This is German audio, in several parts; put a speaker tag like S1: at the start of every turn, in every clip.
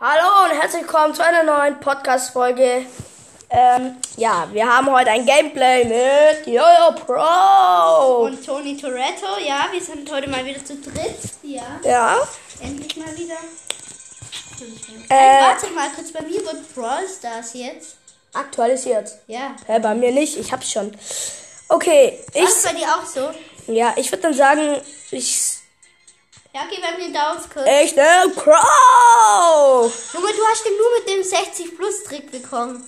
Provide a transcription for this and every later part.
S1: Hallo und herzlich willkommen zu einer neuen Podcast-Folge. Ähm, ja, wir haben heute ein Gameplay mit Jojo Pro.
S2: Und Tony Toretto, ja, wir sind heute mal wieder zu dritt. Ja,
S1: Ja,
S2: endlich mal wieder. Ey,
S1: äh,
S2: warte mal kurz, bei mir wird Brawl Stars jetzt.
S1: aktualisiert.
S2: Ja.
S1: Hä, bei mir nicht, ich hab's schon. Okay,
S2: Ich ist
S1: ich,
S2: bei dir auch so?
S1: ja, ich würde dann sagen, ich,
S2: Ja, okay, bei mir dauert's kurz.
S1: ich nehme Pro.
S2: Junge, du hast den nur mit dem 60 Plus Trick bekommen.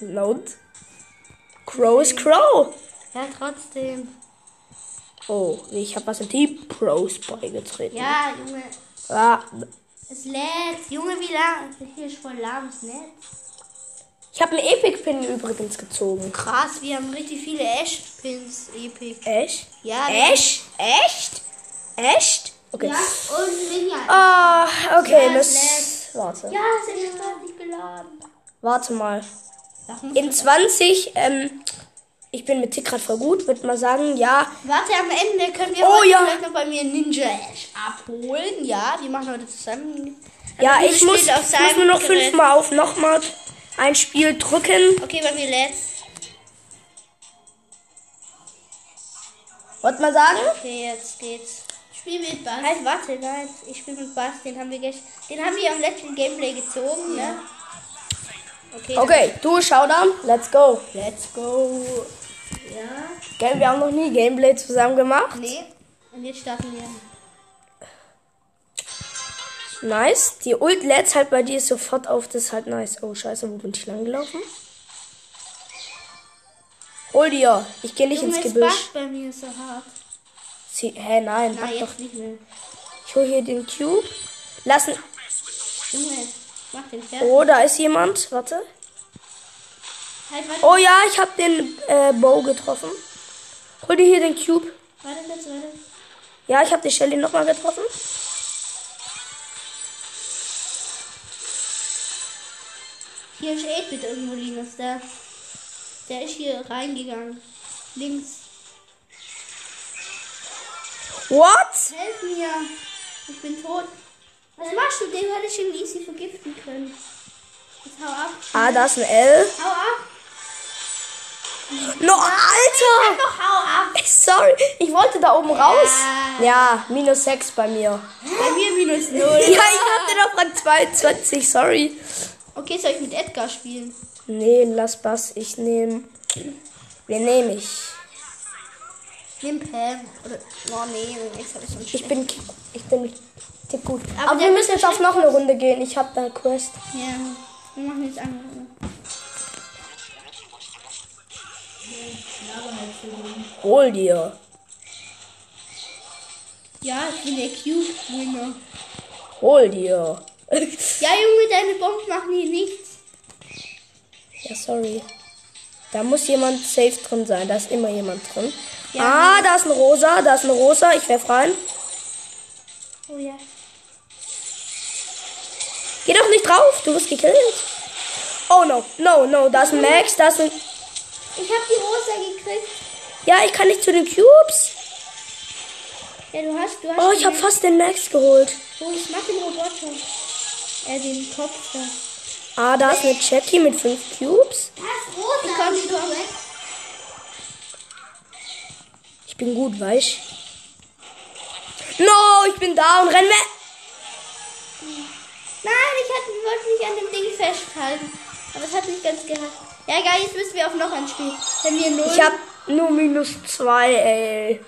S1: Laut. Crow ist Crow.
S2: Ja, trotzdem.
S1: Oh, ich habe was in die Pros beigetreten.
S2: Ja, Junge.
S1: Ah,
S2: Es lädt. Junge, wie lang? Hier ist voll lahmes Netz.
S1: ich habe einen Epic Pin übrigens gezogen.
S2: Krass, wir haben richtig viele Ash-Pins. Epic.
S1: Echt?
S2: Ja,
S1: Echt? Echt? Echt? Okay.
S2: Ja, und Minion.
S1: Ah, okay,
S2: Ja,
S1: das. Warte.
S2: Ja, sind schon fertig geladen.
S1: Warte mal.
S2: Warum?
S1: In 20, ähm, ich bin mit Tick grad voll gut, würde mal sagen, ja.
S2: Warte, am Ende können wir
S1: Oh,
S2: heute
S1: ja.
S2: vielleicht noch bei mir Ninja Ash abholen. Ja, die machen heute zusammen.
S1: Ja,
S2: Also,
S1: ich
S2: steht
S1: muss, ich
S2: auf
S1: muss
S2: seinem
S1: nur noch
S2: Gerät.
S1: fünfmal auf nochmal ein Spiel drücken.
S2: Okay, bei mir lädt's.
S1: Wollt mal sagen?
S2: Okay, jetzt geht's. Ich spiel mit Bass. Halt, warte, nein. Ich spiel mit Bass. Den haben wir gestern. Den haben wir am letzten Gameplay gezogen, ne? Okay.
S1: Okay, du, Showdown, let's go.
S2: Let's go. Ja.
S1: Gell, wir haben noch nie Gameplay zusammen gemacht.
S2: Nee. Und jetzt starten wir.
S1: Nice. Die Ult lädt halt bei dir sofort auf. Das ist halt nice. Oh, scheiße, wo bin ich lang gelaufen? Hol dir. Ich gehe nicht
S2: Junge,
S1: ins
S2: es
S1: Gebüsch.
S2: backt bei mir so hart.
S1: Sie, hä, nein.
S2: Na,
S1: Mach
S2: jetzt
S1: doch.
S2: nicht mehr.
S1: Ich hol hier den Cube. Lassen.
S2: Junge, mach den fertig.
S1: Oh, da ist jemand. Warte.
S2: Halt, warte,
S1: Oh ja, ich habe den äh, Bow getroffen. Hol dir hier den Cube.
S2: warte kurz, warte.
S1: Ja, ich habe die Shelly nochmal getroffen.
S2: Hier ist 8-Bit irgendwo, Linus, da. Der ist hier reingegangen. Links.
S1: What?
S2: Helf mir! Ich bin tot. Was machst du? Den hätte ich irgendwie easy vergiften können. Jetzt hau ab.
S1: Ah, da ist ein L.
S2: Hau ab!
S1: No, Alter!
S2: Doch, hau ab!
S1: Sorry, ich wollte da oben raus. Ja, minus 6 bei mir.
S2: Bei mir minus
S1: Ja,
S2: 0.
S1: ich hatte noch an 22, sorry.
S2: Okay, soll ich mit Edgar spielen?
S1: Nee, lass Bass, ich nehme. Wen nehme ich?
S2: Nimm Pam. Oder. Oh nee, jetzt hab ich so einen
S1: Ich
S2: Schlecht.
S1: bin. Ich bin. Tipp gut.
S2: Aber
S1: Aber,
S2: der
S1: wir müssen jetzt auf noch eine Runde gehen. Ich hab da Quest.
S2: Ja. Wir machen jetzt andere.
S1: Hol dir.
S2: Ja, ich bin der Cube-Winner.
S1: Hol dir.
S2: Ja, Junge, deine Bomben machen hier nichts.
S1: ja, sorry. Da muss jemand safe drin sein. Da ist immer jemand drin.
S2: Ja.
S1: Ah, da ist ein Rosa. Da ist ein Rosa. Ich werf rein.
S2: Oh ja.
S1: Geh doch nicht drauf. Du wirst gekillt. Oh no. No, no. Da ist
S2: Mhm.
S1: ein Max. Da ist ein.
S2: Ich hab die Rosa gekriegt.
S1: Ja, ich kann nicht zu den Cubes.
S2: Ja, du hast, du hast.
S1: Oh, ich
S2: den-
S1: habe fast den Max geholt.
S2: Oh, ich mach den Roboter. Äh, den Kopf da.
S1: Ah, da ist eine Jackie mit 5 Cubes.
S2: Was, Rosa? Ich komm, ich komm.
S1: Ich bin gut, weich. No, ich bin da und renn weg.
S2: Nein, ich hatte, wollte mich an dem Ding festhalten. Aber es hat nicht ganz gehabt. Ja, egal, jetzt müssen wir auf noch ein Spiel. Wenn wir null.
S1: Ich hab nur minus 2, ey.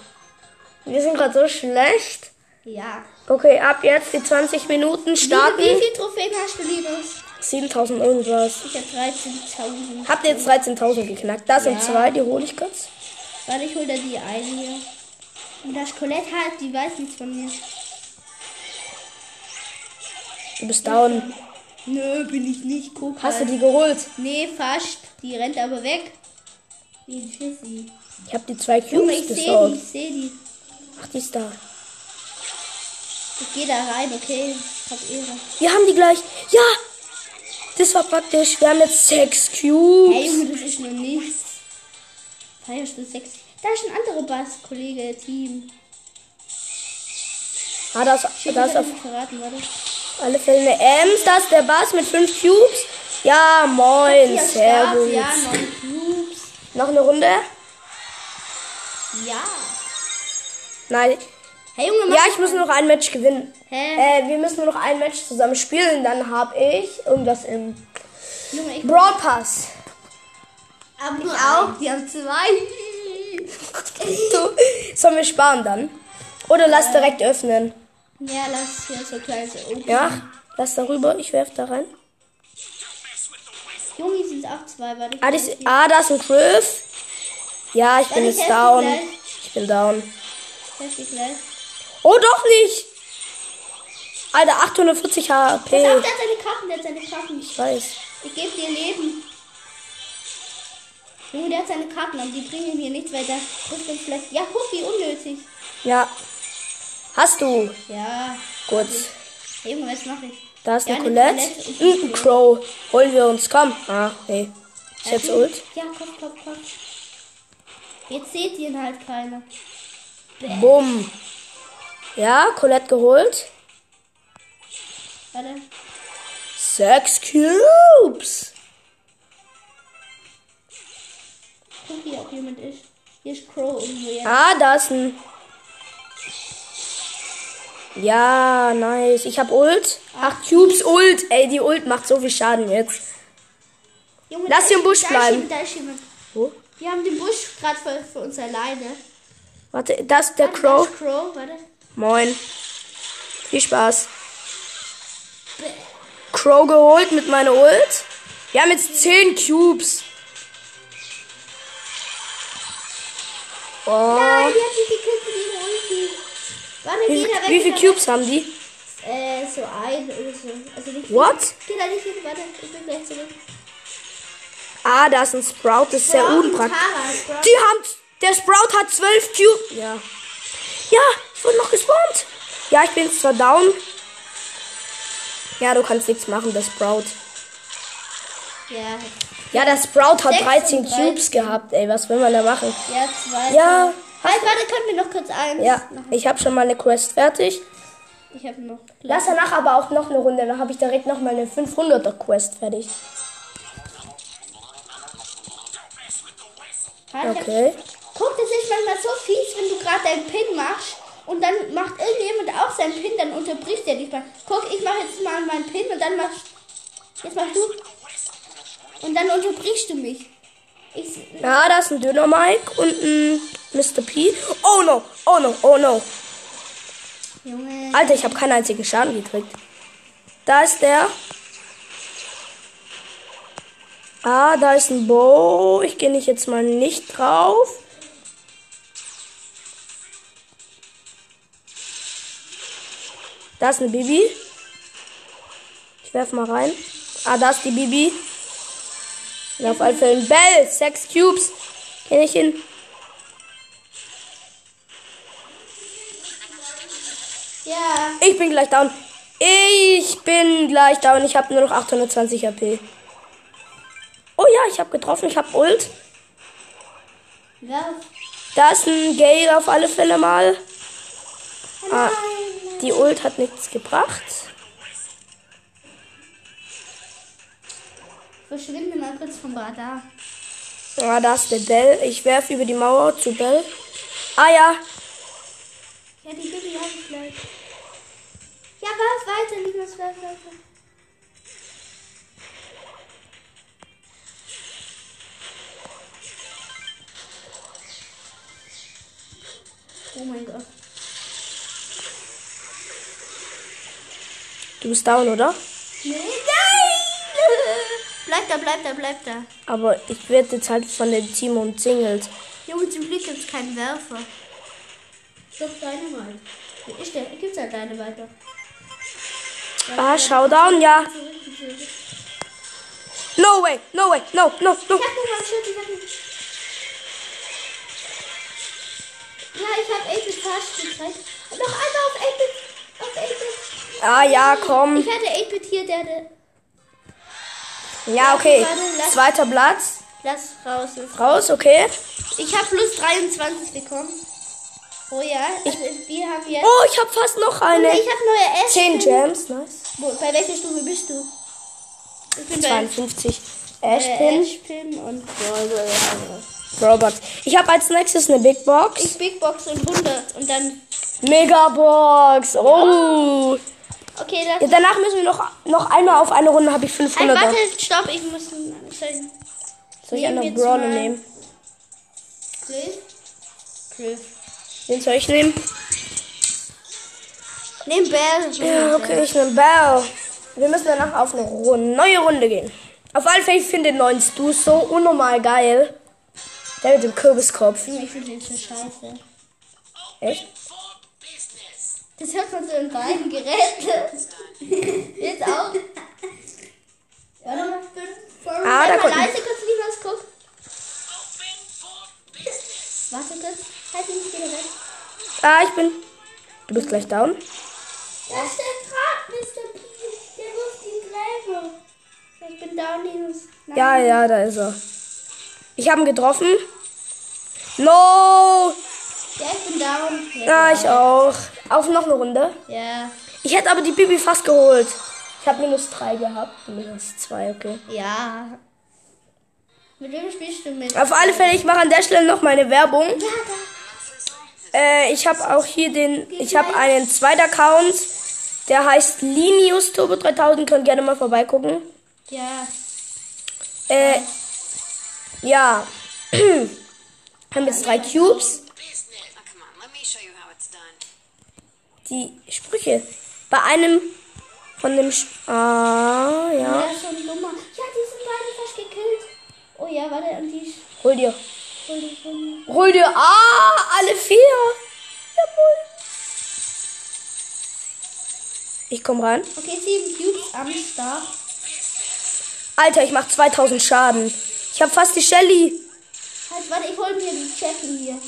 S1: Wir sind gerade so schlecht.
S2: Ja.
S1: Okay, ab jetzt die 20 Minuten
S2: Wie, wie
S1: starten.
S2: viel Trophäen hast du, Linus?
S1: 7000 irgendwas.
S2: Ich hab 13.000.
S1: Habt ihr jetzt 13.000 geknackt? Da sind
S2: Ja.
S1: zwei, die hole ich kurz.
S2: Warte, ich hol da die eine hier. Und das Colette halt, die weiß nichts von mir.
S1: Du bist down.
S2: Nö, bin ich nicht. Guck
S1: Hast du
S2: halt.
S1: die geholt?
S2: Nee, fast. Die rennt aber weg. Wie ein Schissi.
S1: Ich hab die zwei
S2: Junge, ich
S1: Cubes
S2: sehe die,
S1: gesaugt.
S2: ich sehe die.
S1: Ach, die ist da.
S2: Ich gehe da rein, okay. Ich hab eh Ehre.
S1: Wir haben die gleich. Ja! Das war praktisch. Wir haben jetzt 6 Cubes.
S2: Hey Junge, das ist nur nichts. Feierst du sechs. Da ist ein anderer Bass-Kollege, Team.
S1: Ah, das, das
S2: hab
S1: auf.
S2: nicht verraten, warte.
S1: Auf alle Fälle eine Ems, das ist der Bass mit 5 Cubes. Ja, moin,
S2: Hier
S1: sehr
S2: Start,
S1: gut.
S2: Ja, neun Cubes.
S1: Noch eine Runde?
S2: Ja.
S1: Nein.
S2: Hey Junge,
S1: Ja,
S2: mach-
S1: ich muss nur noch ein Match gewinnen.
S2: Hä?
S1: Äh, wir müssen nur noch ein Match zusammen spielen, dann hab ich irgendwas im
S2: Junge, ich
S1: Brawl Pass.
S2: Aber nur auch, die haben zwei.
S1: Du, sollen wir sparen dann? Oder lass direkt öffnen.
S2: Ja, lass hier so kleine oben.
S1: Ja, lass darüber, ich werf da rein.
S2: Junge, sind auch zwei, warte.
S1: Ah, das, ah, da ist ein Griff. Ja, ich bin
S2: Warte, ich
S1: jetzt
S2: helfe
S1: down.
S2: gleich.
S1: Ich bin down.
S2: Das ist gleich.
S1: Oh, doch nicht! Alter, 840
S2: Pass auf,
S1: HP.
S2: der hat seine Karten, der hat seine Karten.
S1: Ich weiß.
S2: Ich gebe dir Leben. Junge, der hat seine Karten und die bringen dir nichts weiter. Drückt uns vielleicht. Ja, guck, wie unnötig.
S1: Ja. Hast du.
S2: Ja.
S1: Gut.
S2: Hey, Junge, was mache ich?
S1: Da ist
S2: Ja,
S1: eine
S2: eine
S1: Colette.
S2: Colette.
S1: Und ein Crow. Holen wir uns. Komm. Ah, nee. Ich jetzt ult.
S2: Ja, komm, komm, komm. Jetzt seht ihr ihn halt keiner.
S1: Bumm. Ja, Colette geholt.
S2: Warte.
S1: Sechs Cubes.
S2: Guck hier, ob jemand ist. Hier ist Crow irgendwo jetzt.
S1: Ah, da ist ein. Ja, nice. Ich hab Ult. Acht Cubes Ult. Ey, die Ult macht so viel Schaden jetzt.
S2: Junge,
S1: Ah, Lass
S2: da
S1: sie im
S2: ist-
S1: Busch
S2: da ist
S1: bleiben.
S2: jemand, Da ist jemand.
S1: Wo?
S2: Wir haben den Busch gerade für, für uns alleine.
S1: Warte, da ist der
S2: Warte,
S1: Crow.
S2: das Crow, warte.
S1: Moin. Viel Spaß. Crow geholt mit meiner Ult. Wir haben jetzt 10 Cubes. Oh.
S2: Nein, die hat mich gekillt mit ihrer Ulti. Warte,
S1: Wie,
S2: geh da weg.
S1: wie
S2: geh
S1: viele
S2: da
S1: Cubes haben die?
S2: weg. Äh, so ein oder so. Also nicht
S1: What?
S2: Geh da nicht hin, warte. Ich bin gleich zurück.
S1: Ah, da ist ein Sprout. Das ist sehr
S2: Brown,
S1: unpraktisch.
S2: Tara, Brown.
S1: Die haben... Der Sprout hat 12 Cubes. Ja. Ja, ich wurde noch gespawnt. Ja, ich bin jetzt zwar down. Ja, du kannst nichts machen, der Sprout.
S2: Ja.
S1: Ja, der Sprout hat 13
S2: 36.
S1: Cubes gehabt. Ey, was will man da machen?
S2: Ja, zwei.
S1: Ja.
S2: Halt, warte, können wir noch kurz eins
S1: Ja,
S2: machen?
S1: ich habe schon mal eine Quest fertig.
S2: Ich hab noch.
S1: Lass danach aber auch noch eine Runde. Dann habe ich direkt noch mal eine 500er Quest fertig.
S2: Halt, ich hab-
S1: Okay.
S2: Guck, das ist manchmal so fies, wenn du gerade deinen Pin machst und dann macht irgendjemand auch seinen Pin, dann unterbricht er dich mal. Guck, ich mache jetzt mal meinen Pin und dann machst jetzt machst du und dann unterbrichst du mich. Ich,
S1: Ja, da ist ein Döner Mike und ein Mr. P. Oh no, oh no, oh no.
S2: Junge,
S1: Alter, ich habe keinen einzigen Schaden gekriegt. Da ist der. Ah, da ist ein Bo. Ich gehe nicht jetzt mal nicht drauf. Da ist eine Bibi. Ich werf mal rein. Ah, da ist die Bibi. Und auf alle Fälle ein Bell. Sechs Cubes. Kenn ich ihn.
S2: ja,
S1: Ich bin gleich down. Ich bin gleich down. Ich habe nur noch 820 HP. Oh ja, ich habe getroffen. Ich habe Ult.
S2: ja.
S1: Da ist ein Gale auf alle Fälle mal.
S2: Oh
S1: Ah.
S2: nein.
S1: Die Ult hat nichts gebracht.
S2: Verschwinde mal kurz vom Radar.
S1: Ah, da ist der Bell. Ich werf über die Mauer zu Bell. Ah ja.
S2: Ja, die Bibi habe ich gleich. Ja, werf weiter, Liebes, werf weiter. Oh mein Gott.
S1: Du bist down, oder?
S2: Nee, nein! Bleib da, bleib da, bleib da.
S1: Aber ich werde jetzt halt von dem Team umzingelt.
S2: Junge, zum Glück gibt's keinen Werfer. Doch, deine Wahl. Wie ist der? Gibt's ja deine Wahl doch.
S1: Ah, Showdown, ja.
S2: Zurück, zurück.
S1: No way, no way, no, no, no.
S2: Ich hab nur mal Schild, ich hab ihn. Ja, ich hab 8-Bit fast gekriegt. Und noch einmal auf 8-Bit. Auf 8-Bit.
S1: Ah ja, komm.
S2: Ich hatte 8-Bit hier, der hatte.
S1: Ja, okay. Zweiter Platz.
S2: Lass raus.
S1: Raus, okay.
S2: Ich hab plus 23 bekommen. Oh ja, also wir haben jetzt.
S1: Oh, ich habe fast noch eine.
S2: ich habe neue Äste.
S1: 10 Gems, nice.
S2: Wo, bei welcher Stufe bist du? Ich bin
S1: 52
S2: bei äh,
S1: Ashpin,
S2: Ashpin und Brawler. ja.
S1: Robux. Ich habe als nächstes eine Big Box.
S2: Ich Big Box und 100 und dann.
S1: Mega Box. Oh.
S2: Okay,
S1: Ja,
S2: dann.
S1: danach müssen wir noch, noch einmal auf eine Runde, habe ich
S2: Ein,
S1: 500.
S2: warte, stopp, ich muss. Sorry.
S1: soll ich einen
S2: nehmen
S1: auf
S2: wir
S1: Brawler
S2: zwei.
S1: nehmen?
S2: Griff. Griff.
S1: Den soll ich nehmen?
S2: Nimm Bell.
S1: Ja, okay, ich nehme Bell. Wir müssen danach auf eine Ru- neue Runde gehen. Auf alle Fälle, ich finde den neuen Stu so unnormal geil. Der mit dem Kürbiskopf.
S2: Ich finde den so scheiße.
S1: Echt?
S2: Das hört man so in beiden Geräten. Jetzt auch. Warte mal, fünf.
S1: Ah, da
S2: mal
S1: kommt-
S2: leise kurz, wie man es guckt. Warte kurz. Halt ihn nicht wieder weg.
S1: Ah, ich bin. Du bist gleich down.
S2: Da steht gerade Mr. P. Der ruft ihn gleich mal. Ich bin down, Linus. Nein.
S1: Ja, ja, da ist er. Ich habe ihn getroffen. No!
S2: Ja, ich bin down.
S1: Ja, ich auch. Auf noch eine Runde.
S2: Ja.
S1: Ich hätte aber die Bibi fast geholt. Ich habe minus 3 gehabt. Minus 2, okay.
S2: Ja. Mit wem spielst du mit?
S1: Auf alle Fälle, ich mache an der Stelle noch meine Werbung.
S2: Ja,
S1: Äh, ich habe auch hier den, ich habe einen zweiten Account, der heißt Linius Turbo 3000, könnt gerne mal vorbeigucken.
S2: da. Ja.
S1: Äh, ja, haben jetzt drei Cubes,
S3: Now, Oh, come on, let me show you how it's done.
S1: die Sprüche. Bei einem von dem, Sch ah, ja,
S2: Ja, schon dummer. Ja, die sind beide fast gekillt. Oh ja, warte, und die
S1: hol dir,
S2: Schulde schon.
S1: hol dir, ah, alle vier. Jawohl. Ich komm rein.
S2: Okay, sieben Cubes am Start.
S1: Alter, ich mach 2000 Schaden. Ich habe fast die Shelly.
S2: Halt, warte, ich hol mir die Jackie hier.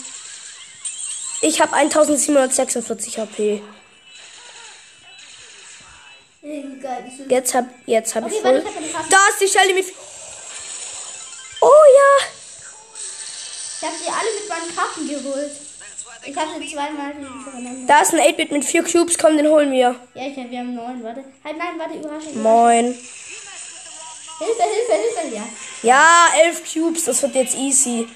S1: Ich habe 1746 HP.
S2: Egal, die sind-
S1: Jetzt hab, jetzt hab
S2: Okay,
S1: ich
S2: warte,
S1: voll.
S2: ich hab eine Karte.
S1: da ist die Shelly mit. Oh ja.
S2: Ich hab die alle mit meinen Karten geholt.
S3: That's why they
S2: Ich hatte zweimal hintereinander.
S1: Da ist ein 8-Bit mit 4 Cubes. Komm, den holen wir.
S2: Ja, ich hab, wir haben neun, warte. Halt, nein, warte, Überraschung.
S1: Moin.
S2: Hilfe, Hilfe, Hilfe, ja.
S1: Ja, 11 Cubes. Das wird jetzt easy.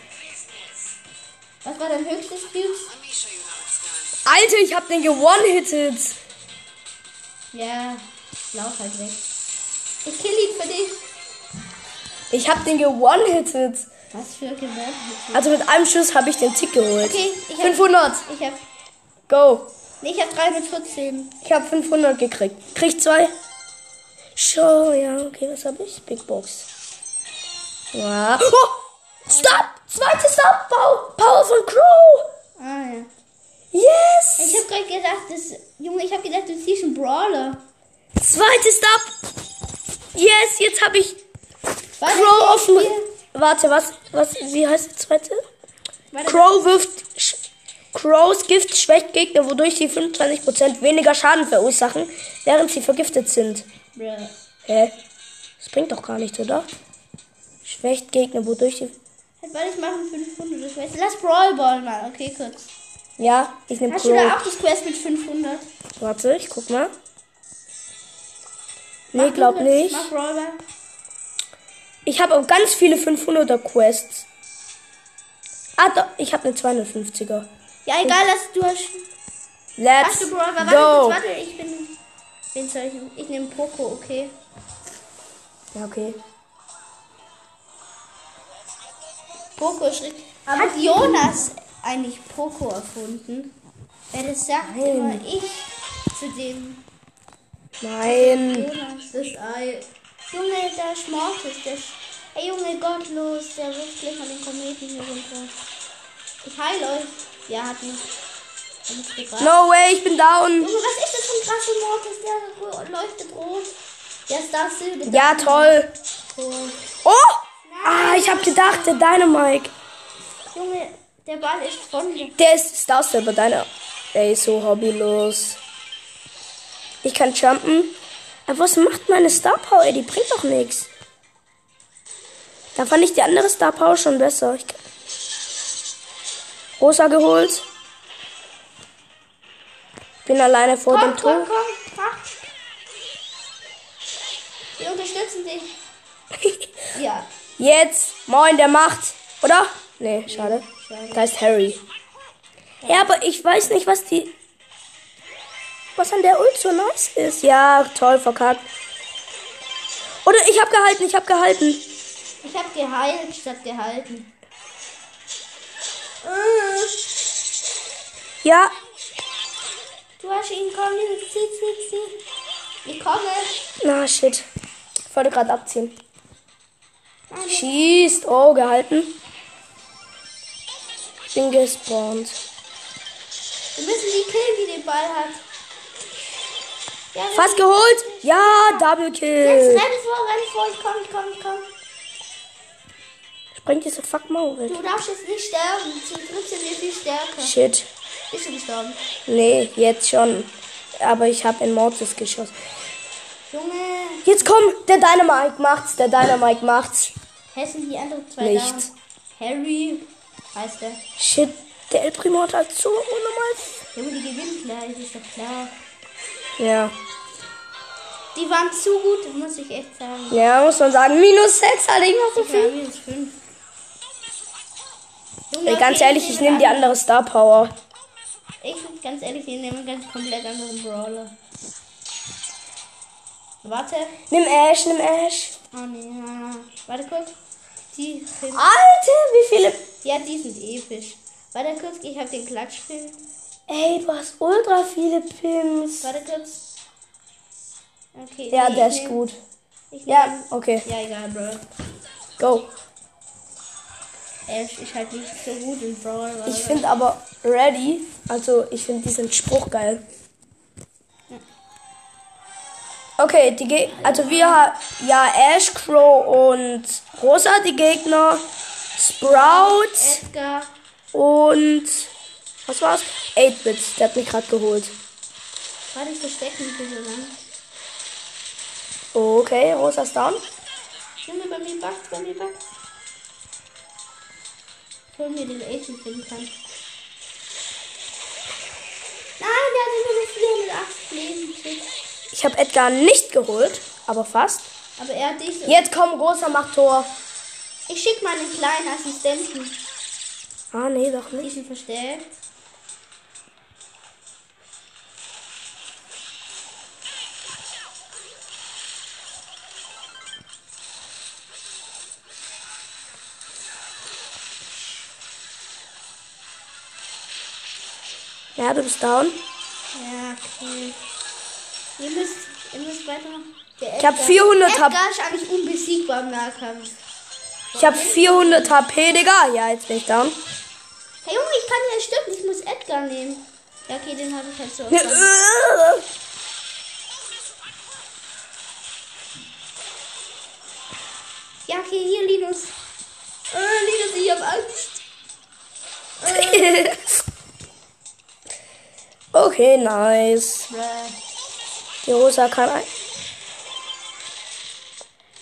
S2: Was war dein höchstes Cubes?
S3: let me show you how it's done.
S1: Alter, ich hab den gewone-hitted.
S2: Ja, lauf halt weg. Ich kill ihn für dich.
S1: Ich hab den gewone-hitted.
S2: Was für Gewalt.
S1: Also mit einem Schuss habe ich den Tick geholt.
S2: Okay, ich hab,
S1: 500.
S2: ich hab,
S1: Go.
S2: nee, ich hab 314.
S1: Ich hab 500 gekriegt. Krieg zwei. Show, ja, okay, was hab ich? Big Box. Ja. Oh! Stop! Zweite Stop! Pow- Power von Crow!
S2: Ah, ja. Ich
S1: Yes!
S2: habe gerade gedacht, das Junge, ich habe gedacht, du ziehst einen Brawler.
S1: Zweite Stop! Yes, jetzt hab ich
S2: Warte,
S1: Crow auf dem.
S2: hier,
S1: Warte, was, was, wie heißt die zweite?
S2: warte,
S1: Crow wirft. Sch Crows Gift schwächt Gegner, wodurch sie 25% weniger Schaden verursachen, während sie vergiftet sind.
S2: Bruh.
S1: Hä? Das Äh, bringt doch gar nichts, oder? Schwächt Gegner, wodurch die.
S2: Halt, warte, ich mache einen 500. Das weiß. Lass Brawl Ball mal, okay, kurz.
S1: Ja, ich nehme
S2: Hast du da
S1: Crow.
S2: auch das Quest mit 500?
S1: Warte, ich guck mal. Nee,
S2: Mach
S1: glaub
S2: du das,
S1: nicht.
S2: Mach Brawl Ball.
S1: Ich habe auch ganz viele 500er Quests. Ah, doch, ich habe eine 250er.
S2: Ja, egal, lass du hast. Hast
S1: Let's
S2: du Brawl Ball? Warte,
S1: go.
S2: kurz, warte, ich bin. Wen soll ich nehmen? Ich nehme Poco, okay.
S1: Ja, okay.
S2: Poco schrieb. Hat Jonas eigentlich Poco erfunden? Wer das sagt, immer ich zu dem.
S1: Nein.
S2: Jonas, das Ei. Junge, da schmort es. Der Sch Ey, Junge, gottlos. Der wirft gleich mal den Kometen hier runter. Ich heile euch. Ja, hat mich. Hat mich gebracht.
S1: No way, ich bin down.
S2: Junge, was ist das für ein krasser Mortis? Der leuchtet rot. Der Star Silber.
S1: Ja, toll.
S2: Rot.
S1: Oh! Ah, ich habe gedacht, der Dynamike.
S2: Junge, der Ball ist von mir.
S1: Der ist Star Silver, deiner. Ey, so hobbylos. Ich kann jumpen. Aber was macht meine Star Power? Ey, die bringt doch nichts. Da fand ich die andere Star Power schon besser. Ich rosa geholt. bin alleine vor
S2: Komm,
S1: dem
S2: komm,
S1: Tor.
S2: komm, komm. Wir unterstützen dich. Ja.
S1: Jetzt, moin, der macht. Oder? Nee, schade. Da ist Harry. Ja, aber ich weiß nicht, was die. Was an der Ult so nice ist. Ja, toll, verkackt. Oder ich hab gehalten, ich hab gehalten.
S2: Ich hab geheilt statt gehalten.
S1: Ja,
S2: Du hast ihn, komm, zieh, zieh, zieh. Ich komme.
S1: na shit. Ich wollte gerade abziehen.
S2: Nein, ich-
S1: Schießt. Oh, gehalten. Bin gespawnt.
S2: Wir müssen die killen, die den Ball hat. Ja, wir-
S1: Fast geholt. Ja, Double
S2: Jetzt
S1: Kill.
S2: renn vor, renn vor, ich komm, ich komm, ich komm.
S1: Sprengt diese fuck Mauer weg.
S2: Du darfst jetzt nicht sterben. Zum Glück sind wir viel stärker.
S1: Shit.
S2: Bist du gestorben?
S1: Nee, jetzt schon. Aber ich habe in Mortis geschossen.
S2: Junge.
S1: Jetzt kommt der Dynamite macht's, der Dynamite macht's.
S2: Hessen die anderen zwei
S1: Nichts.
S2: down. Harry heißt der.
S1: Shit, der El Primo hat halt so unnormal.
S2: Junge, die gewinnen gleich, ist doch klar.
S1: Ja.
S2: Die waren zu gut, muss ich echt sagen.
S1: Ja, muss man sagen, minus 6, Alter, ich mach so viel.
S2: Ja, minus fünf. Junge,
S1: Ey, ganz
S2: okay,
S1: ehrlich, ich nehme
S2: nehme
S1: die andere Star Power.
S2: Ich, ganz ehrlich, ich nehme einen ganz komplett anderen Brawler. Warte.
S1: Nimm Ash, nimm Ash.
S2: Oh nee, na, na. Warte kurz. Die,
S1: Alter, wie viele.
S2: ja, die sind episch. Warte kurz, ich habe den Klatschfilm.
S1: Ey, du hast ultra viele Pins.
S2: Warte kurz. Okay.
S1: Ja,
S2: nee,
S1: der
S2: ich
S1: ist
S2: nehm-
S1: gut.
S2: Ich
S1: Ja,
S2: nehm-
S1: okay.
S2: Ja, egal, Bro.
S1: Go.
S2: Ash ist halt nicht so gut in Brawl.
S1: Ich finde aber Ready, also ich finde diesen Spruch geil. Okay, die Ge also wir haben ja Ash, Crow und Rosa die Gegner, Sprout
S2: Edgar.
S1: und was war's? 8-Bit, der hat mich gerade geholt.
S2: Warte, ich verstecke mich hier so lang.
S1: Okay, Rosa ist down.
S2: Junge, bei mir backt, bei mir backt. Ich hol mir den Ace finden kann. Nein, der hat immer nur 408 Leben. Shit.
S1: Ich habe Edgar nicht geholt, aber fast.
S2: Aber er hat dich.
S1: Jetzt komm, Rosa macht Tor.
S2: Ich schick meinen kleinen Assistenten.
S1: Ah, nee, doch nicht.
S2: Die sind versteckt.
S1: Ja, du bist down.
S2: Ja, cool. Ihr müsst, ihr müsst weitermachen. Der
S1: Ich hab
S2: Edgar-
S1: 400
S2: Edgar
S1: hab-
S2: ist eigentlich unbesiegbar im Nahkampf.
S1: Ich habe 400 HP, Digga. Ja, jetzt bin ich down.
S2: Hey Junge, ich kann ja stimmt, ich muss Edgar nehmen. Ja, okay, den habe ich halt so. aufgenommen.
S1: Nein, äh.
S2: Ja, okay, hier Linus. Äh, Linus, ich hab Angst.
S1: okay, nice.
S2: Bruh.
S1: Die Rosa kann ein.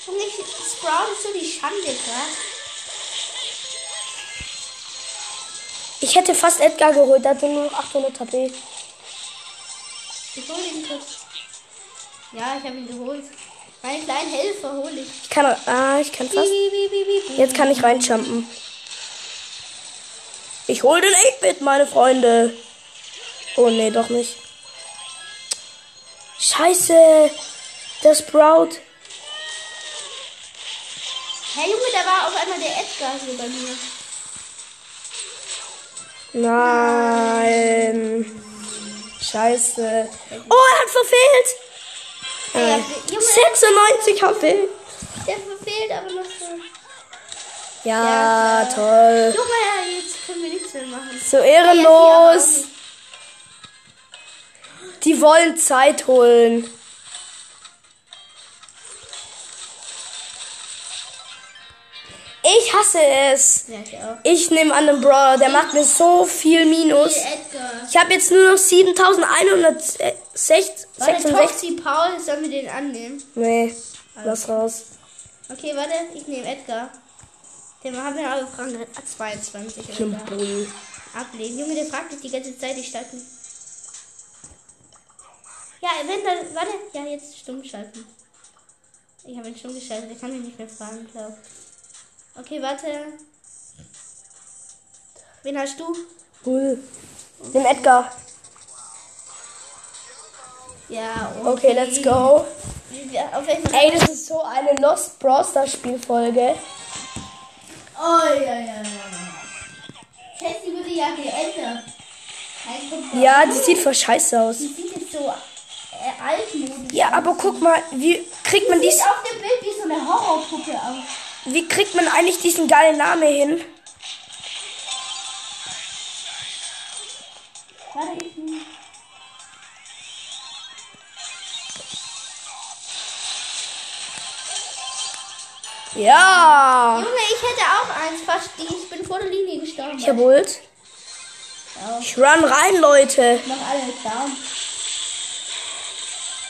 S2: Junge, ich, Sprout ist so die Schande, gell?
S1: Ich hätte fast Edgar geholt, der hatte nur noch 800 HP.
S2: Ich hol ihn kurz. Ja, ich habe ihn geholt. Meine kleinen Helfer hol ich.
S1: Ich kann. Ah, ich kann fast.
S2: Bi, bi, bi, bi, bi.
S1: Jetzt kann ich reinjumpen. Ich hole den 8-Bit, meine Freunde. Oh, nee, doch nicht. Scheiße. Der Sprout.
S2: Hey Junge, da war auf einmal der Edgar hier bei mir.
S1: Nein. Scheiße. Oh, er hat verfehlt.
S2: Ja,
S1: Äh,
S2: Junge,
S1: 96 HP.
S2: der verfehlt aber noch so.
S1: Ja,
S2: Ja,
S1: toll.
S2: Junge, ja, jetzt können wir nichts mehr machen.
S1: So ehrenlos. Die wollen Zeit holen. Ich hasse es.
S2: Ja, ich auch.
S1: Ich nehme an den Brawler, der macht mir so viel Minus.
S2: Hier Edgar.
S1: Ich habe jetzt nur noch
S2: Warte,
S1: 7166.
S2: Toxi Paul, sollen wir den annehmen?
S1: Nee, lass raus.
S2: Okay, warte, ich nehme Edgar. Den haben wir alle gefragt, der hat 22
S1: Nimm
S2: Edgar.
S1: Bulli.
S2: Ablehnen. Junge, der fragt dich die ganze Zeit, ich statt. Ja, wenn dann. Warte, ja, jetzt stumm schalten. Ich habe ihn stumm geschaltet, er kann ihn nicht mehr fragen, glaube Okay, warte. Wen hast du?
S1: Bull. Nimm Edgar.
S2: Ja,
S1: Okay, let's go.
S2: Ja, Auf welchen
S1: Ey, das ist so eine Lost Brawl Stars Spielfolge.
S2: Oh, ja, ja, ja. Chelsea wurde ja geändert. Nein, guck mal.
S1: Ja, die sieht voll scheiße aus.
S2: Die sieht jetzt so äh, altmodisch
S1: Ja,
S2: aus.
S1: aber guck mal, wie kriegt man
S2: Die sieht
S1: dies,
S2: auf dem Bild wie so eine Horrorpuppe aus.
S1: wie kriegt man eigentlich diesen geilen Namen hin?
S2: Warte, ich.
S1: Ja.
S2: Junge, ich hätte auch eins fast. Ich bin vor der Linie gestorben.
S1: Ich hab Ult. Ich run rein, Leute.
S2: Mach alle down.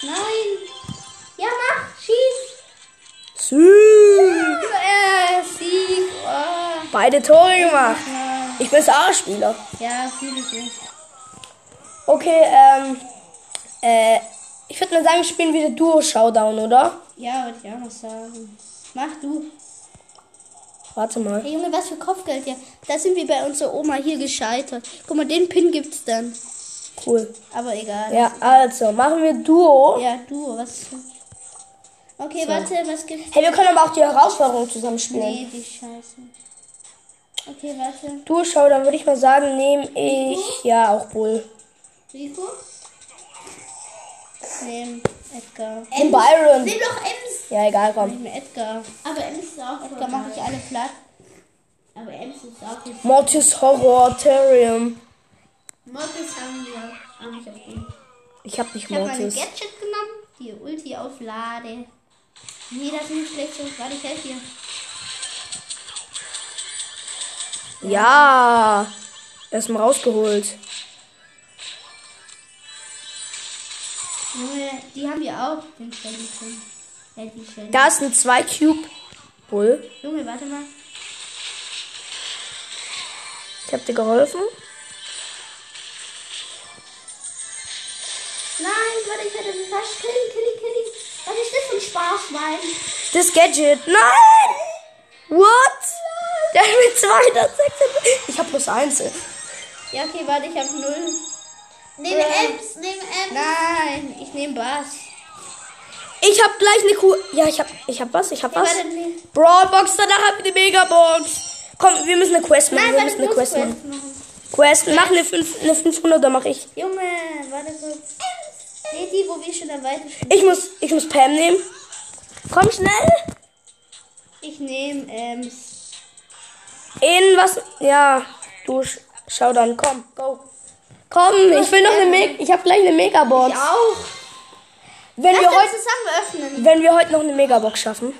S2: Nein. Ja, mach. Schieß.
S1: Süß.
S2: Äh, Sieg. Oh.
S1: Beide Tore gemacht.
S2: Ja,
S1: Ich bin Star-Spieler.
S2: ja fühle ich nicht.
S1: Okay, ähm, äh, ich würde mal sagen, wir spielen wieder Duo-Showdown, oder?
S2: Ja, würde ich auch noch sagen. Mach du.
S1: Warte mal.
S2: Hey Junge, was für Kopfgeld hier. Da sind wir bei unserer Oma hier gescheitert. Guck mal, den Pin gibt's dann.
S1: Cool.
S2: Aber egal.
S1: Ja, also, machen wir Duo.
S2: Ja, du, was. Okay, warte, was gibt's?
S1: Hey, wir können aber auch die Herausforderung zusammen spielen.
S2: Nee, die Scheiße. Okay, warte.
S1: Duo-Showdown würde ich mal sagen, nehme
S2: Mhm.
S1: ich, ja, auch Bull.
S2: Rico? Nehmen Edgar.
S1: Nimm Byron.
S2: Nimm doch Ems.
S1: Ja, egal, komm.
S2: Nehmen Edgar. Aber Ems ist auch. Edgar mache ich alle platt. Aber Ems ist auch. nicht-
S1: Mortis Horror Terrium.
S2: Mortis haben wir. Ah, ich hab den.
S1: Ich hab nicht
S2: Ich habe meine
S1: Mortis.
S2: Gadget genommen, die Ulti auflade. Nee, das ist nicht schlecht. so. Warte, ich helfe dir.
S1: Ja. Erstmal rausgeholt.
S2: Junge, die haben wir auch, den Shelly drin. Ja, die Shelly.
S1: Da ist ein 2-Cube. Bull.
S2: Junge, warte mal.
S1: Ich hab dir geholfen.
S2: Nein, warte, ich hätte den fast. Killing, killing, killing. Was ist das für ein Sparschwein?
S1: Das Gadget. Nein! What? Der hat mit 206. Ich hab plus 1.
S2: Ja, okay, warte, ich habe null.
S4: Nehme Ems, nehme Ems.
S2: Äh. Nein, ich nehme Bass.
S1: Ich hab gleich eine Kuh. Ja, ich hab. Ich hab was? Ich hab was?
S2: Warte, nee.
S1: Broadbox, danach hab ich eine Megabox. Komm, wir müssen eine Quest machen.
S2: Nein,
S1: wir müssen
S2: warte, du
S1: eine
S2: musst
S1: Quest machen.
S2: Quest machen.
S1: Quest, mach eine, 5, eine 500er, mach ich.
S2: Junge, warte kurz. Nee, die, wo wir schon am weitesten sind.
S1: Ich muss, ich muss Pam nehmen. Komm schnell.
S2: Ich nehme Ems.
S1: In was? Ja, du sch- schau dann, komm, go. Komm, ich will noch eine Meg ich habe gleich eine Megabox.
S2: Ich auch.
S1: Wenn wir
S2: Lass uns
S1: heute
S2: zusammen öffnen.
S1: wenn wir heute noch eine Megabox schaffen.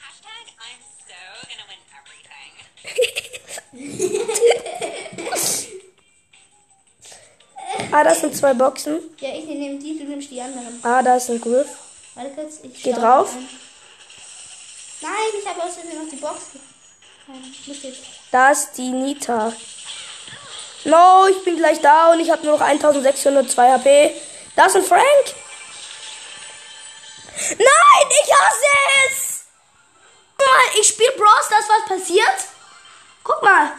S3: Hashtag I'm so gonna win everything.
S1: Ah, das sind zwei Boxen.
S2: Ja, ich nehme die, du nimmst die anderen.
S1: Ah, da ist ein Griff.
S2: Warte kurz, ich
S1: Geh
S2: schau
S1: drauf.
S2: Ein. Nein, ich habe außerdem noch die Box. ge- Nein, ich muss jetzt.
S1: Da ist die Nita. No, ich bin gleich da und ich habe nur noch 1602 HP. Da ist ein Frank. Nein, ich hasse es. Guck mal, ich spiele Brawl Stars, was passiert? Guck mal.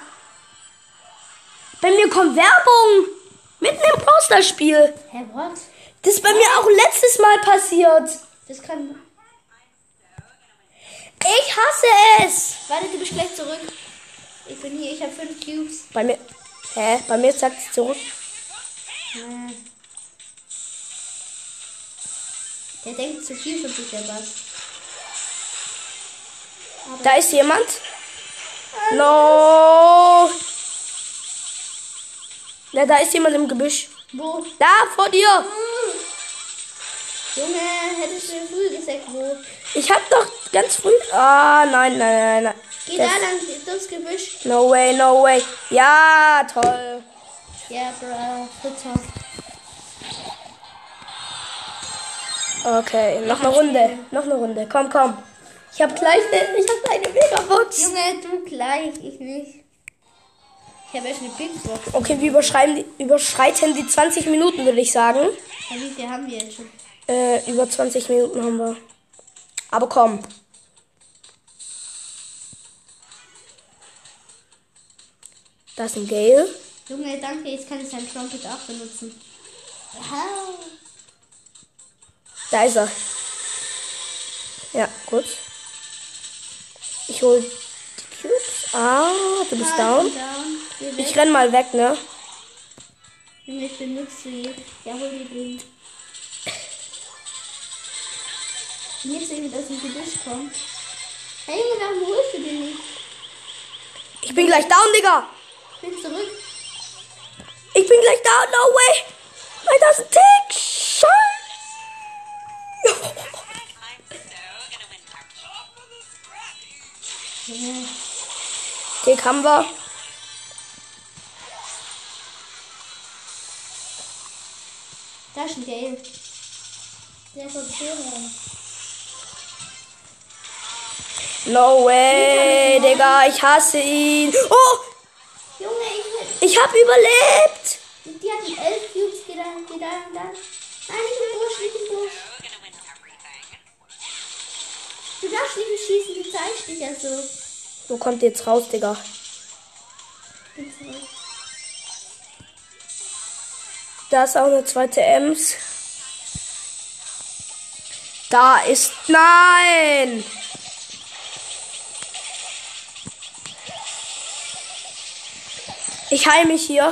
S1: Bei mir kommt Werbung. Mitten im Brawl Stars Spiel.
S2: Hä, what?
S1: Das ist bei mir auch letztes Mal passiert.
S2: Das kann.
S1: Ich hasse es.
S2: Warte, du bist gleich zurück. Ich bin hier, ich habe fünf Cubes.
S1: Bei mir. Hä? Bei mir sagt es zurück.
S2: Nein. Der denkt zu viel von sich, der Bass.
S1: Da ist jemand. No. Na, da ist jemand im Gebüsch.
S2: Wo?
S1: Da, vor dir.
S2: Junge, hättest du früher gesagt, wo?
S1: Ich hab doch ganz früh. Ah, nein, nein, nein, nein.
S2: Geh
S1: Das-
S2: da lang durchs Gebüsch.
S1: No way, no way. Ja, toll.
S2: Ja, bra, bitte.
S1: Okay, noch eine Runde. Noch eine Runde. Komm, komm. Ich hab gleich eine, ich hab gleich eine Megabox.
S2: Junge, du gleich, ich nicht. Ich habe erst eine Pinbox.
S1: Okay, wir überschreiben die, überschreiten die 20 Minuten, würde ich sagen.
S2: Ja, wie viel haben wir jetzt schon?
S1: Äh, über 20 Minuten haben wir. Aber komm. Das ist ein Gale.
S2: Junge, danke, jetzt kann ich sein Trumpet auch benutzen.
S4: Wow.
S1: Da ist er. Ja, gut. Ich hol die Cubes. Ah, du bist down.
S2: down. Wir
S1: Ich
S2: ich
S1: renn mal weg, ne?
S2: ich benutze sie. Ja, hol die drin. Nicht so, wie das dem Gebüsch kommt. Hey Junge, warum holst du den nicht?
S1: Ich bin gleich down, Digga.
S2: Bin zurück.
S1: Ich bin gleich down, no way. Nein, das ist ein Tick. Scheiße.
S3: I'm so gonna win every Off of this
S1: Tick haben wir.
S2: Da ist ein Gale. Der kommt hier rein.
S1: No way, Digga. Ich hasse ihn. Oh,
S2: Junge, ich,
S1: ich hab überlebt.
S2: die hatten elf Cubes. Geh da, geh da, da. Nein, nicht im Busch, nicht im Busch.
S3: So gonna win everything.
S2: Du darfst nicht schießen, du zeigst dich ja so.
S1: Wo kommt ihr jetzt raus, Digga?
S2: Bin zurück.
S1: Da ist auch eine zweite Ems. Da ist. Nein! Ich heil mich hier.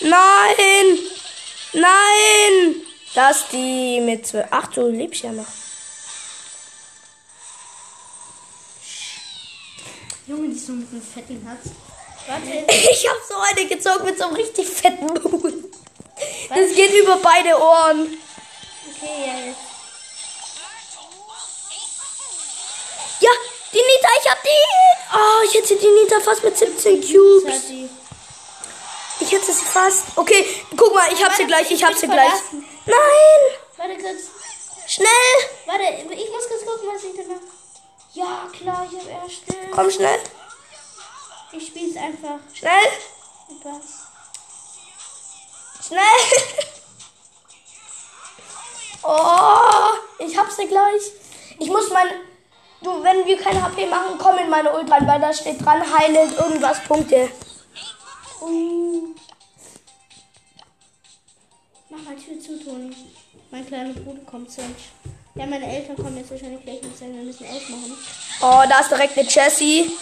S1: Nein! Nein! Da ist die mit 12. Ach, du lebst ja noch.
S2: Junge, die ist so mit einem fetten Herz. Warte,
S1: Ich hab so eine gezogen mit so einem richtig fetten Huhn. Das geht über beide Ohren.
S2: okay, ja, jetzt.
S1: Ja, die Nita, ich hab die! Oh, ich hätte die Nita fast mit 17 Cubes.
S2: hat sie.
S1: Ich hätte sie fast. Okay, guck mal, ich hab sie gleich, ich hab sie gleich.
S2: verlassen.
S1: Nein!
S2: Warte kurz.
S1: Schnell!
S2: Warte, ich muss kurz gucken, was ich da mache. Ja, klar, ich habe erstellt.
S1: Komm schnell,
S2: Ich spiele es einfach.
S1: schnell,
S2: Super.
S1: schnell! Oh, ich hab sie gleich. Ich muss mein. Du, wenn wir kein HP machen, komm in meine Ult rein, weil da steht dran, heilet irgendwas Punkte.
S2: Mach mal Tür zu, Toni. Mein kleiner Bruder kommt zu uns. Ja, meine Eltern kommen jetzt wahrscheinlich gleich mit sagen, wir müssen aufmachen.
S1: Oh, da ist direkt eine Jessie.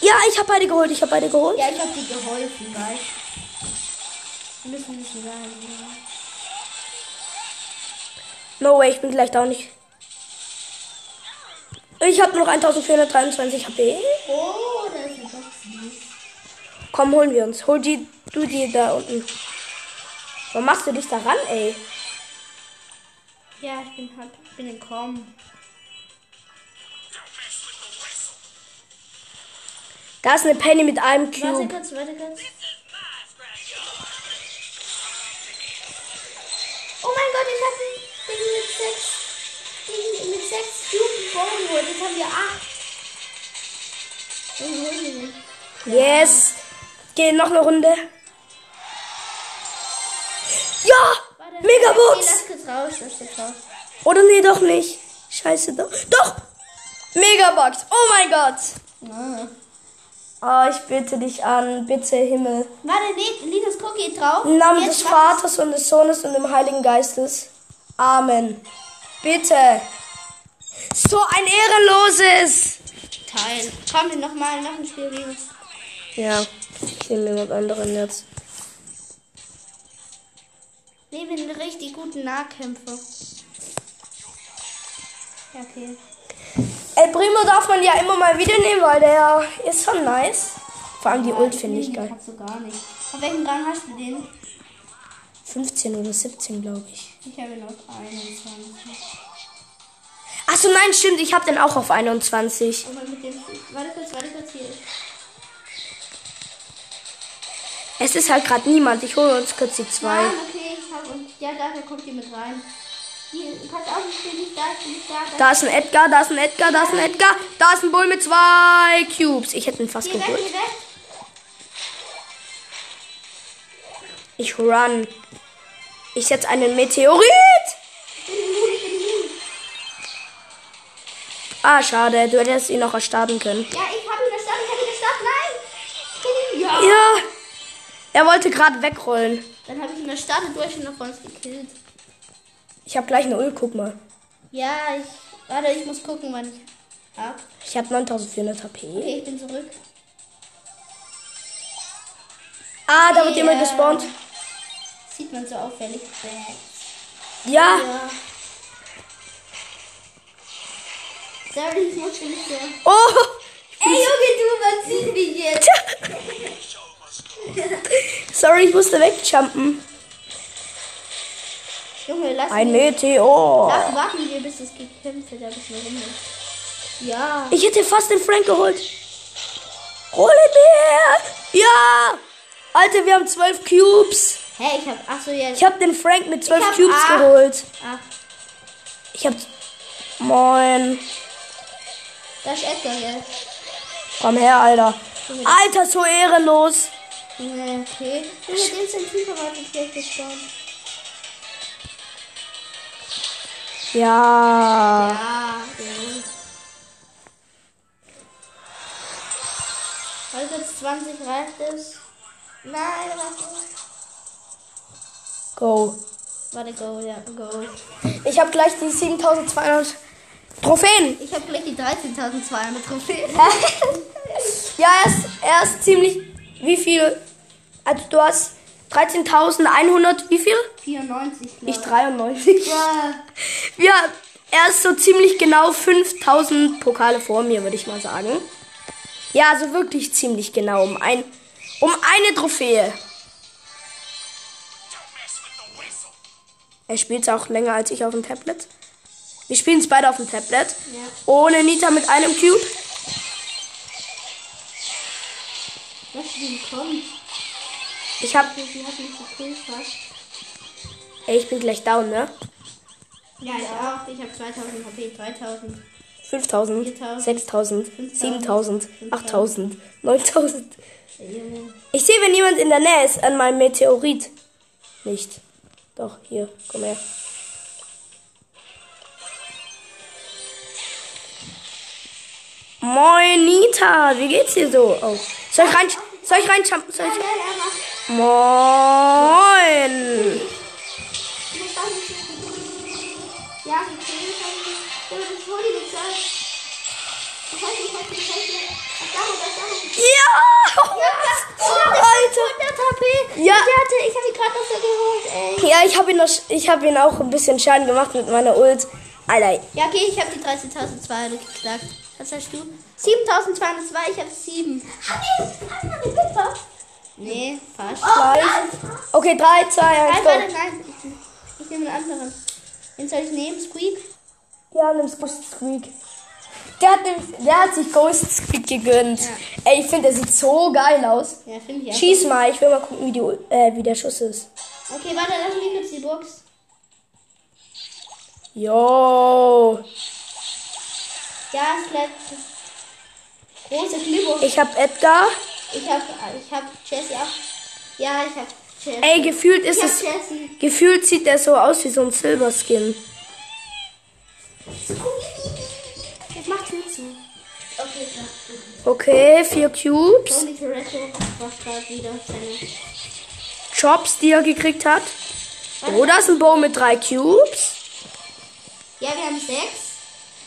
S1: Ja, ich hab beide geholt, ich hab beide geholt.
S2: Ja, ich habe dir geholfen, weißt du. Wir müssen nicht sagen.
S1: No way, ich bin gleich da und ich. Ich hab nur noch 1423 HP.
S2: Oh, da ist eine Box.
S1: Komm, holen wir uns. Hol die, du die da unten. Warum machst du dich daran, ey?
S2: Ja, ich bin halt, ich bin entkommen.
S1: Da ist eine Penny mit einem
S2: Warte
S1: Cube.
S2: kurz, warte kurz. Oh mein Gott, ich hab ein Ding mit sechs. Ding mit sechs Cubes Baumwood. Jetzt haben wir acht. Den holen wir nicht.
S1: Yes. Geh noch eine Runde. Ja!
S2: Warte, Nee,
S1: Megabox!
S2: lass kurz raus, lass kurz raus.
S1: Oder nee, doch nicht. Scheiße, doch. Doch! Megabox! Oh mein Gott! Oh, ich bitte dich an. Bitte, Himmel.
S2: Warte, nee, Linus, guck hier drauf.
S1: Im Namen
S2: Jetzt
S1: des
S2: mach-
S1: Vaters und des Sohnes und dem Heiligen Geistes. Amen. Bitte. So ein ehrenloses.
S2: Teil. Komm, nochmal, noch ein Spiel, Linus.
S1: Ja, ich nehme jemand anderen jetzt.
S2: Nee, wir sind richtig guten Nahkämpfer. Ja, okay.
S1: El Primo darf man ja immer mal wieder nehmen, weil der ist schon nice. Vor allem die Ult finde ich geil.
S2: Ah, Kannst du gar nicht. Auf welchem Rang hast du den?
S1: 15 oder 17, glaube ich.
S2: Ich habe ihn auf 21.
S1: Achso, nein, stimmt, ich habe den auch auf 21.
S2: Aber Oh, mit dem. Warte kurz, warte kurz hier.
S1: Es ist halt gerade niemand. Ich hole uns kurz die
S2: Nein,
S1: zwei.
S2: okay, ich habe uns. Ja, da, da kommt ihr mit rein. Hier, pass auf, ich bin nicht da, ich bin nicht da.
S1: Da ist ein Edgar, da ist ein Edgar, da ist ein Edgar. Da ist ein Bull mit zwei Cubes. Ich hätte ihn fast
S2: Hier weg,
S1: geholt.
S2: hier weg.
S1: Ich run. Ich setze einen Meteorit. Ah, schade. Du hättest ihn noch erstarben können.
S2: Ja, ich habe ihn verstanden, ich habe ihn verstanden. Nein! Ja. ja.
S1: Ja. Er wollte gerade wegrollen.
S2: Dann habe ich ihn verstanden, du hast ihn noch von uns gekillt.
S1: Ich habe gleich eine Ult, guck mal.
S2: Ja, ich. Warte, ich muss gucken, wann ich hab.
S1: Ich habe 9400 HP.
S2: Okay, ich bin zurück.
S1: Ah, da wird
S2: Ja.
S1: jemand gespawnt.
S2: Sieht man so auffällig.
S1: Ja.
S2: Ja. Sorry, ich muss schon nicht so. Ey,
S1: Oh.
S2: Junge, du überziehst mich jetzt.
S1: Sorry, ich musste wegjumpen.
S2: Junge, lass
S1: Ein
S2: mich.
S1: Meteor.
S2: Lass, warten wir, bis es gekämpft wird, bis wir rum ist. Ja.
S1: Ich hätte fast den Frank geholt. Hol ihn mir. Ja. Alter, wir haben 12 Cubes.
S2: Hey, ich hab. Achso, ja.
S1: Ich habe den Frank mit 12
S2: hab
S1: Cubes
S2: acht.
S1: geholt.
S2: Ah,
S1: Ich habe... Moin.
S2: da ist Edgar jetzt.
S1: Komm her, Alter. Alter, so ehrenlos.
S2: Junge, okay. Junge, den sind FIFA mal direkt gestorben.
S1: Ja.
S2: Ah, Junge. Heute jetzt 20 reicht es. Nein, warte.
S1: Go.
S2: Warte, go, ja, go.
S1: Ich habe gleich die 7200 Trophäen.
S2: Ich habe gleich die 13.200 Trophäen.
S1: ja, er ist, er ist ziemlich. Wie viel? Also, du hast 13.100. Wie viel?
S2: 94,
S1: Ich
S2: glaube
S1: 93.
S2: Ja.
S1: Ja, er ist so ziemlich genau 5000 Pokale vor mir, würde ich mal sagen. Ja, also wirklich ziemlich genau. Um, ein, um eine Trophäe. Er spielt es auch länger als ich auf dem Tablet. Wir spielen es beide auf dem Tablet.
S2: Ja.
S1: Ohne Nita mit einem Cube.
S2: Was ist denn kommt?
S1: Ich hab.
S2: Die hat mich gekillt fast.
S1: Ey, ich bin gleich down, ne?
S2: Ja, ich auch. Ich habe 2000 HP, 3000.
S1: 5000,
S2: 4000,
S1: 6000, 7000, 8000, 9000.
S2: Junge.
S1: Ich sehe, wenn jemand in der Nähe ist, an meinem Meteorit. Nicht. Doch, hier, komm her. Moin, Nita, wie geht's dir so? Oh. Soll ich rein, soll ich reinjumpen? Soll ich...
S2: Nein, er macht.
S1: Moin!
S2: Ich weiß nicht. Ja, gekillt haben wir. Junge, das wurde die Zeit. Ich halt helfe, ich helfe, ich helfe. Ich glaube, ich glaube.
S1: Ja! Alter!
S2: 100 HP!
S1: Ja.
S2: Und Der hatte, ich habe ihn gerade noch so geholt, ey.
S1: Ja, ich habe ihn, noch- ich hab ihn auch ein bisschen Schaden gemacht mit meiner Ult. Alter,
S2: Ja, okay, ich habe die 13.200 geknackt. Was hast du? 7.202, ich habe 7.
S4: Hab ich, hab ich meine Pippa?
S2: Nee, fast.
S1: gleich. Okay, 3, 2, 1,
S2: Oh, nein,
S1: go.
S2: warte, nein. Ich, ich nehme einen anderen. Den soll ich nehmen, Squeak?
S1: Ja, nimm's Ghost Squeak. Der hat, nämlich- der hat sich Ghost Squeak gegönnt. Ey, ich finde, der sieht so geil aus.
S2: Ja, finde ich ja.
S1: Schieß mal, ich will mal gucken, wie, die, Ul- äh, wie der Schuss ist.
S2: Okay, warte, lass mich kurz die Box.
S1: Yo.
S2: Ja, es bleibt. Große Glühbirne.
S1: Ich hab Edgar.
S2: Ich habe ich hab Jessie auch. Ja, ich habe Jessie.
S1: Ey, gefühlt ist
S2: ich habe
S1: es.
S2: Jessie.
S1: Gefühlt sieht der so aus wie so ein Silberskin.
S2: Jetzt mach Tür zu. Okay, klar.
S1: Okay, vier Cubes.
S2: Tony Toretto macht gerade wieder seine.
S1: Jobs, die er gekriegt hat. Oh, da ist ein Bow mit drei Cubes.
S2: Ja, wir haben sechs.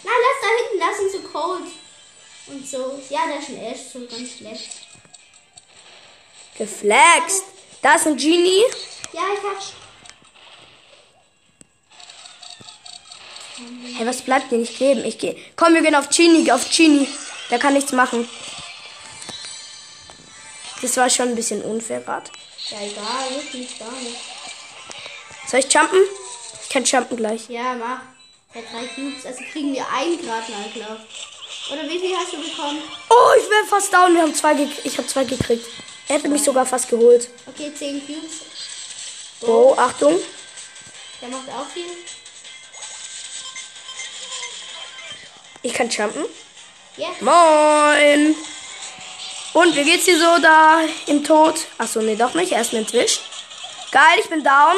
S2: Nein, lass da hinten, lass ihn so cold. Und so. Ja, der ist ein Ash, so ganz schlecht.
S1: Geflext. Da ist ein Genie.
S2: Ja, ich hab.
S1: Hey, was bleibt mir nicht geben? Ich gehe. Komm, wir gehen auf Genie, auf Genie. Der kann nichts machen. Das war schon ein bisschen unfair gerade.
S2: Ja, egal, wirklich gar nicht.
S1: Soll ich jumpen? Ich kann jumpen gleich.
S2: Ja, mach. Der drei Cubes, also kriegen wir einen Grad mal, glaub. Oder wie viel hast du bekommen?
S1: Oh, ich wäre fast down. Wir haben zwei gek- ich habe zwei gekriegt. Er hätte mich sogar fast geholt.
S2: Okay, zehn Cubes.
S1: Oh, Achtung.
S2: Der macht auch viel.
S1: Ich kann jumpen.
S2: Ja.
S1: Moin. Und wie geht's dir so da im Tod? Achso, nee, doch nicht. Erst mit Wisch. Geil, ich bin down.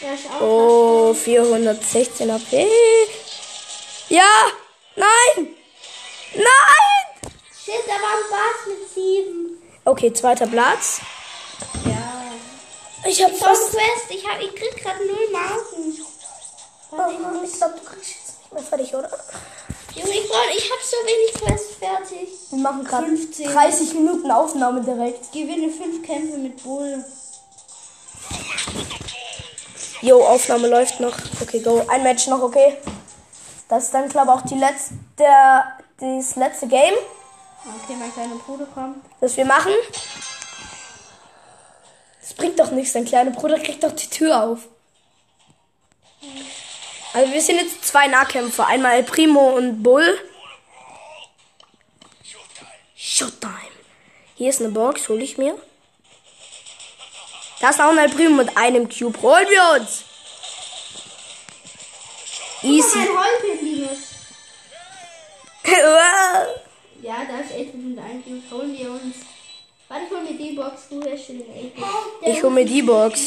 S2: Ja, ich auch.
S1: Oh, 416 AP. Ja! Nein! Nein!
S2: Shit, da war ein Bass mit sieben.
S1: Okay, zweiter Platz.
S2: Ja.
S1: Ich hab
S2: Ich brauche
S1: fast.
S2: Quest. Ich, hab, ich krieg gerade null Marken.
S1: Oh, ich glaube, du kriegst jetzt nicht mehr fertig, oder?
S2: Junge, ich, brauch, ich hab so wenig Quest fertig.
S1: Wir machen gerade
S2: 15.
S1: 30 Minuten Aufnahme direkt.
S2: Ich gewinne fünf Kämpfe mit Bull.
S1: Jo, Aufnahme läuft noch. Okay, go. Ein Match noch, okay. Das ist dann, glaube ich, auch die letzte, der, das letzte Game,
S2: Okay, mein kleiner Bruder kommt.
S1: das wir machen. Das bringt doch nichts, dein kleiner Bruder kriegt doch die Tür auf. Also wir sind jetzt zwei Nahkämpfer. Einmal El Primo und Bull. Showtime. Hier ist eine Box, hole ich mir. Da ist auch ein El Primo mit einem Cube. Holen wir uns! Easy.
S2: Mein Holpin, Linus.
S1: Wow.
S2: Ja, da ist Edwin und Angel. Holen wir uns. Warte, ich hol mir die Box. Du hast schon den Edwin.
S1: Ich hol mir die Box.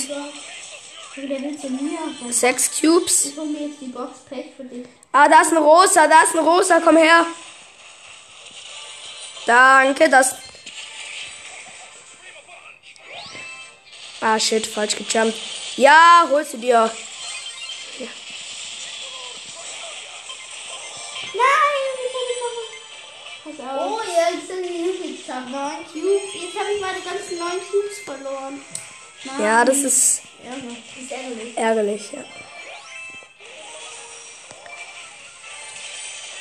S2: Und der will zu mir. Ich
S1: Sechs Cubes.
S2: hol mir jetzt die Box Pack für dich.
S1: Ah, da ist ein rosa, da ist ein rosa, komm her. Danke, das. Ah, shit, falsch gejumpt. Ja, holst du dir.
S2: Nein, ich hab die Box. Pass auf. Oh, jetzt sind die Cubes. Neun Cubes. Jetzt habe ich meine ganzen neun Cubes verloren. Mann.
S1: Ja, das ist
S2: Ja, das ist ärgerlich.
S1: ärgerlich, ja.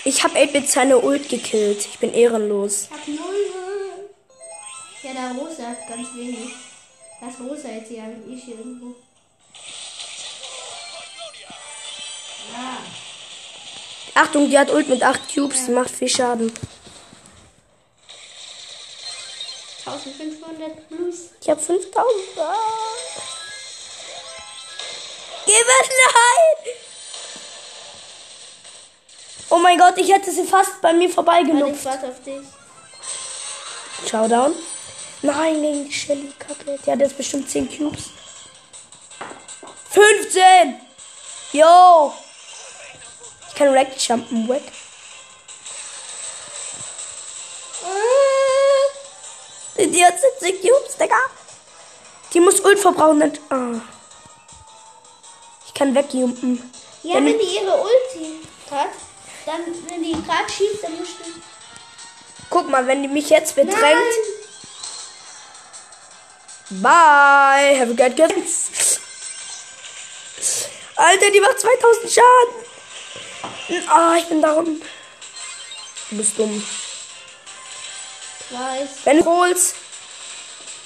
S1: Ich hab 8-Bit seine Ult gekillt. Ich bin ehrenlos.
S2: Ich hab null. Ja, der Rosa hat ganz wenig. Das Rosa jetzt hier ein Ich hier irgendwo. Ja.
S1: Achtung, die hat Ult mit 8 Cubes, die macht viel Schaden.
S2: 1500 plus.
S1: Ich hab 5000. Ah. Gewinn, nein! Oh mein Gott, ich hätte sie fast bei mir
S2: Warte,
S1: vorbeigenutzt.
S2: ich warte auf dich.
S1: Showdown. Nein, gegen die Shelly, kacke. Die hat jetzt bestimmt 10 Cubes. 15! Yo! Ich kann Rack jumpen, weg. Äh, Die hat 70 Cubes, Digga. Die muss Ult verbrauchen. nicht- Ah. Ich kann wegjumpen.
S2: Ja, wenn die ihre Ulti hat, dann, wenn die gerade schießt, dann musst du.
S1: Guck mal, wenn die mich jetzt
S2: Nein!
S1: bedrängt. Bye, have a good game. Alter, die macht 2000 Schaden. Ah, ich bin down. Du bist dumm.
S2: Ich weiß.
S1: Wenn du holst.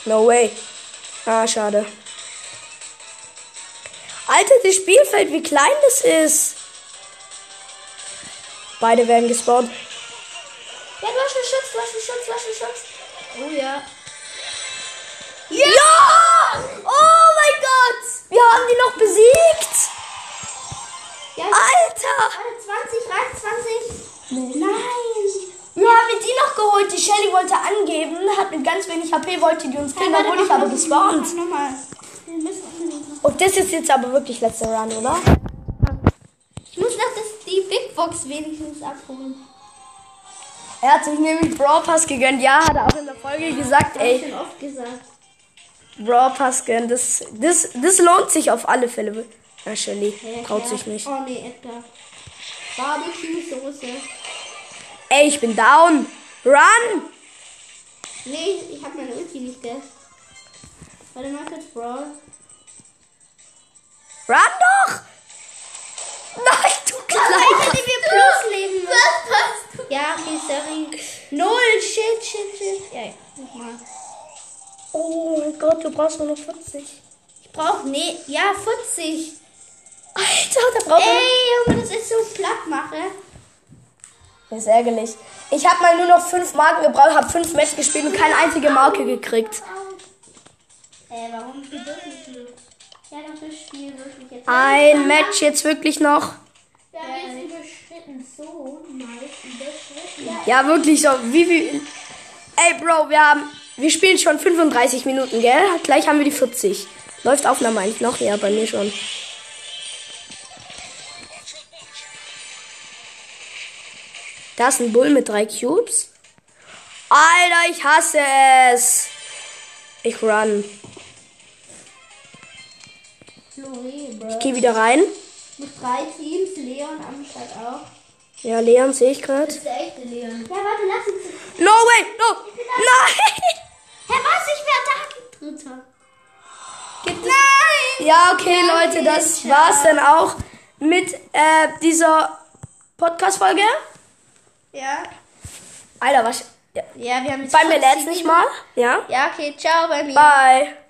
S1: No way. Ah, schade. Alter, das Spielfeld, wie klein das ist. Beide werden gespawnt.
S2: Ja, du hast einen Schutz, du hast einen Schutz, du hast einen Schutz. Oh ja.
S1: Ja! Oh mein Gott! Wir haben die noch besiegt!
S2: Ja,
S1: Alter!
S2: warte, 20, reicht 20. Nein!
S1: Wir haben wir die noch geholt. Die Shelly wollte angeben, hat mit ganz wenig HP wollte die uns killen, obwohl ich aber gespawnt.
S2: Nochmal. Wir müssen-
S1: Und das ist jetzt aber wirklich letzter Run, oder?
S2: Ich muss noch das, die Big Box wenigstens abholen.
S1: Er hat sich nämlich Brawl Pass gegönnt. Ja, hat er auch in der Folge gesagt,
S2: Hab ich
S1: ey,
S2: schon oft gesagt.
S1: Brawl Pass gönnen, das, das, das lohnt sich auf alle Fälle. Na, Shelly, traut sich nicht.
S2: Oh nee, Edgar. Barbecue-Soße.
S1: Ey, ich bin down. Run!
S2: Nee, ich hab meine Ulti nicht gegessen. Warte mal kurz, Brawl.
S1: Run doch! Nein, du
S2: Alter,
S1: kleiner...
S2: die wir bloß leben müssen. Was hast du? Ja, okay, sorry. Null, shit, shit, shit. Ja, ja, nochmal.
S1: Oh mein Gott, du brauchst nur noch 40.
S2: Ich brauch, nee, ja, 40.
S1: Alter, da braucht man...
S2: Ey, Junge, das ist so platt mache.
S1: Das ist ärgerlich. Ich habe mal nur noch fünf Marken gebraucht, habe fünf Matches gespielt und keine einzige Marke gekriegt.
S2: Äh, warum bewirkt du? Ja, doch, das Spiel wirklich jetzt.
S1: Ein Match jetzt wirklich noch.
S4: Wir haben jetzt überschritten. So, mal überschritten.
S1: Ja, wirklich so. Wie viel. Ey, Bro, wir haben Wir spielen schon 35 Minuten, gell? Gleich haben wir die 40. Läuft Aufnahme eigentlich noch? Ja, bei mir schon. Da ist ein Bull mit drei Cubes. Alter, ich hasse es. Ich run.
S2: Flori, bro.
S1: Geh wieder rein.
S2: Mit drei Teams, Leon am Start auch.
S1: Ja, Leon sehe ich gerade.
S4: Das ist der echte Leon.
S2: Ja, warte, lass uns. Hä,
S1: No way, no. Nein.
S2: was? Ich werde da. Dritter. Gibt Nein!
S1: Ja, okay, Leute, das war's dann auch mit äh, dieser Podcast-Folge.
S2: Ja.
S1: Alter, was? Ja.
S2: Ja, wir haben jetzt.
S1: Bei mir
S2: 40
S1: lädt's nicht mal. Ja.
S2: Ja, okay, ciao bei mir.
S1: Bye.